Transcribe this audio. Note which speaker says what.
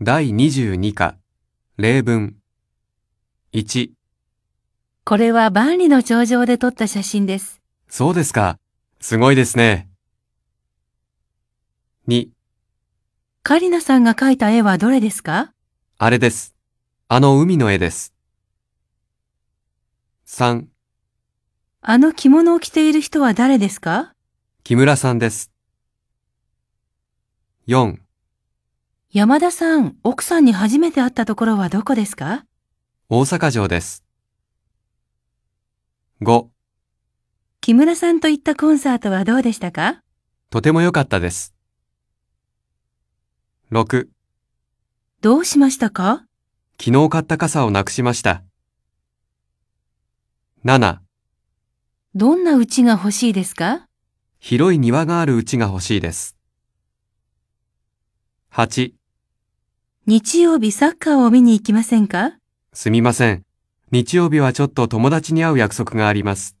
Speaker 1: 第22課、例文。1、
Speaker 2: これは万里の長城で撮った写真です。
Speaker 1: そうですか。すごいですね。2、
Speaker 2: カリナさんが描いた絵はどれですか
Speaker 1: あれです。あの海の絵です。3、
Speaker 2: あの着物を着ている人は誰ですか
Speaker 1: 木村さんです。4、
Speaker 2: 山田さん、奥さんに初めて会ったところはどこですか
Speaker 1: 大阪城です。5、
Speaker 2: 木村さんと行ったコンサートはどうでしたか
Speaker 1: とても良かったです。6、
Speaker 2: どうしましたか
Speaker 1: 昨日買った傘をなくしました。7、
Speaker 2: どんな家が欲しいですか
Speaker 1: 広い庭がある家が欲しいです。8、
Speaker 2: 日曜日サッカーを見に行きませんか
Speaker 1: すみません。日曜日はちょっと友達に会う約束があります。